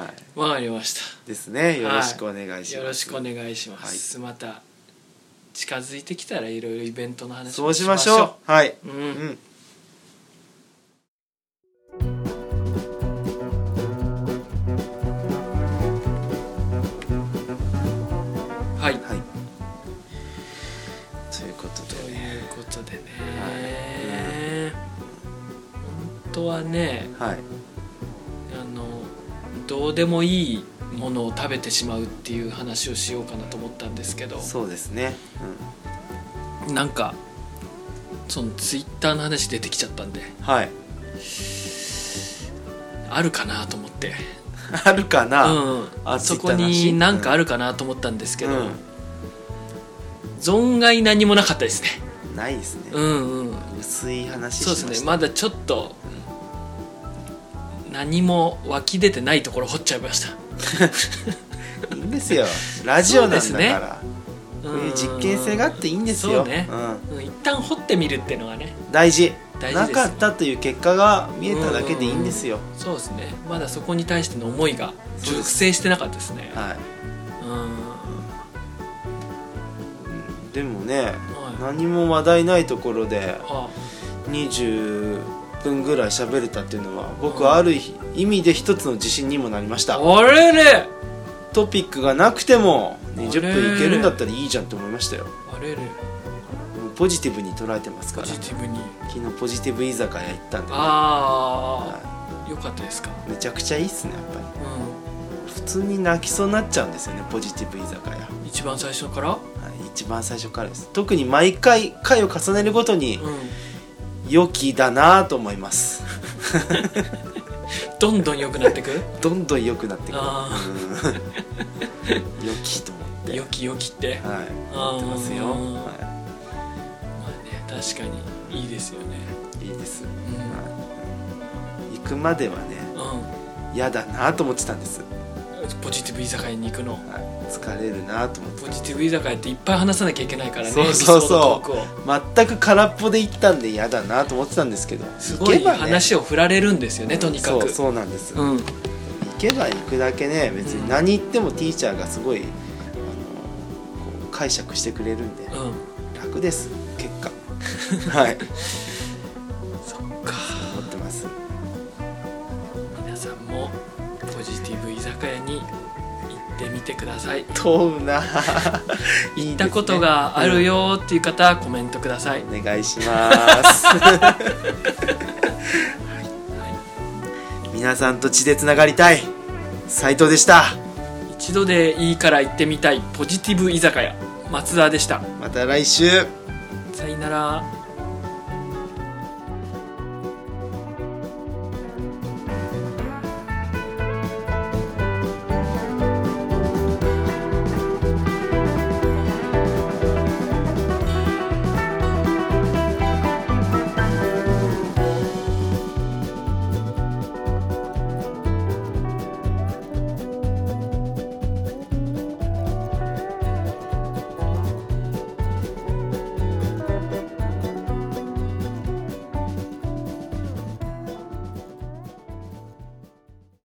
Speaker 2: はい
Speaker 1: わかりました
Speaker 2: ですねよろしくお願いします、
Speaker 1: よろしくお願いします、また近づいてきたらいろいろイベントの話
Speaker 2: そ
Speaker 1: も
Speaker 2: うしましょうはい、
Speaker 1: う、う
Speaker 2: うんん、
Speaker 1: はい
Speaker 2: はいということ
Speaker 1: と
Speaker 2: で
Speaker 1: いうことでね、
Speaker 2: は
Speaker 1: 本当はね
Speaker 2: はい
Speaker 1: あのどうでもいいものを食べてしまうっていう話をしようかなと思ったんですけど
Speaker 2: そうですね、
Speaker 1: なんかそのツイッターの話出てきちゃったんで
Speaker 2: うん、はい [laughs]
Speaker 1: あるかなと思って
Speaker 2: あるかな、
Speaker 1: うん
Speaker 2: あ
Speaker 1: そこ
Speaker 2: Twitter の話
Speaker 1: に何かあるかなと思ったんですけど、
Speaker 2: うん
Speaker 1: 存外何もなかったですね
Speaker 2: ないですね、
Speaker 1: うんうん
Speaker 2: 薄い話
Speaker 1: そうですね
Speaker 2: しました
Speaker 1: まだちょっと何も湧き出てないところ掘っちゃいました
Speaker 2: いいんですよラジオなんだ
Speaker 1: そう
Speaker 2: か
Speaker 1: ですね
Speaker 2: ら、こういう実験性があっていいんです
Speaker 1: そ
Speaker 2: よ、
Speaker 1: うね
Speaker 2: う
Speaker 1: うん一旦掘ってみるっていうのがね
Speaker 2: ん、大事
Speaker 1: 大事
Speaker 2: な
Speaker 1: です
Speaker 2: かったという結果が見えただけでいいんですよ、
Speaker 1: そうですねまだそこに対しての思いが
Speaker 2: そうです
Speaker 1: 熟成してなかったですね
Speaker 2: はい、
Speaker 1: うん
Speaker 2: うんでもね
Speaker 1: はい
Speaker 2: 何も話題ないところで
Speaker 1: あ
Speaker 2: 20分ぐらい喋れたっていうのは僕
Speaker 1: うん
Speaker 2: はある意味で一つの自信にもなりました
Speaker 1: あれれ
Speaker 2: トピックがなくても20
Speaker 1: あれ
Speaker 2: 分いけるんだったらいいじゃんって思いましたよ
Speaker 1: あれれ
Speaker 2: もうポジティブに捉えてますか
Speaker 1: ポ
Speaker 2: ら
Speaker 1: ジティブに
Speaker 2: 昨日ポジティブ居酒屋行ったんで、
Speaker 1: あ
Speaker 2: は
Speaker 1: あよかったですか
Speaker 2: いめちゃくちゃいいっすねやっぱ
Speaker 1: う
Speaker 2: り普通に泣きそうになっちゃうんですよねポジティブ居酒屋、は
Speaker 1: ん一番最初から
Speaker 2: い、一番最初からです特に毎回回を重ねるごとに
Speaker 1: うん
Speaker 2: 良きだなと思います
Speaker 1: どんどん良くなって
Speaker 2: [laughs]
Speaker 1: く
Speaker 2: どんどん良くなってくる
Speaker 1: あ
Speaker 2: うん良きと思って
Speaker 1: 良き良きってま
Speaker 2: はい
Speaker 1: あー
Speaker 2: 思ってますよ、は
Speaker 1: あね確かにいいですよね
Speaker 2: い、いいです、
Speaker 1: う
Speaker 2: はいうん行くまではね
Speaker 1: んうん
Speaker 2: 嫌だなと思ってたんです、は
Speaker 1: ポジティブ居酒屋に行くの
Speaker 2: い、疲れるなと思って
Speaker 1: ポジティブ居酒屋っていっぱい話さなきゃいけないからね
Speaker 2: そうそう
Speaker 1: エピ
Speaker 2: そう
Speaker 1: ソードトークを
Speaker 2: 全く空っぽで行ったんで嫌だなと思ってたんですけど
Speaker 1: すごい話
Speaker 2: を
Speaker 1: を振られるんですよねとにかく
Speaker 2: そうそうなんです、行
Speaker 1: うん
Speaker 2: けば行くだけね別に何言ってもティーチャーがすごいあのこう解釈してくれるんで
Speaker 1: うん
Speaker 2: 楽です結果
Speaker 1: [laughs]
Speaker 2: はい
Speaker 1: そっか
Speaker 2: 思ってます
Speaker 1: 皆さんもポジティブ居酒屋に行ってみてください
Speaker 2: 問うな
Speaker 1: [laughs] 行ったことがある
Speaker 2: よ、
Speaker 1: よーっていう方はコメントください、
Speaker 2: うんお願いします
Speaker 1: [laughs]
Speaker 2: 皆さんと血でつながりたい斉藤でした
Speaker 1: 一度でいいから行ってみたいポジティブ居酒屋松田でした
Speaker 2: また来週
Speaker 1: さよなら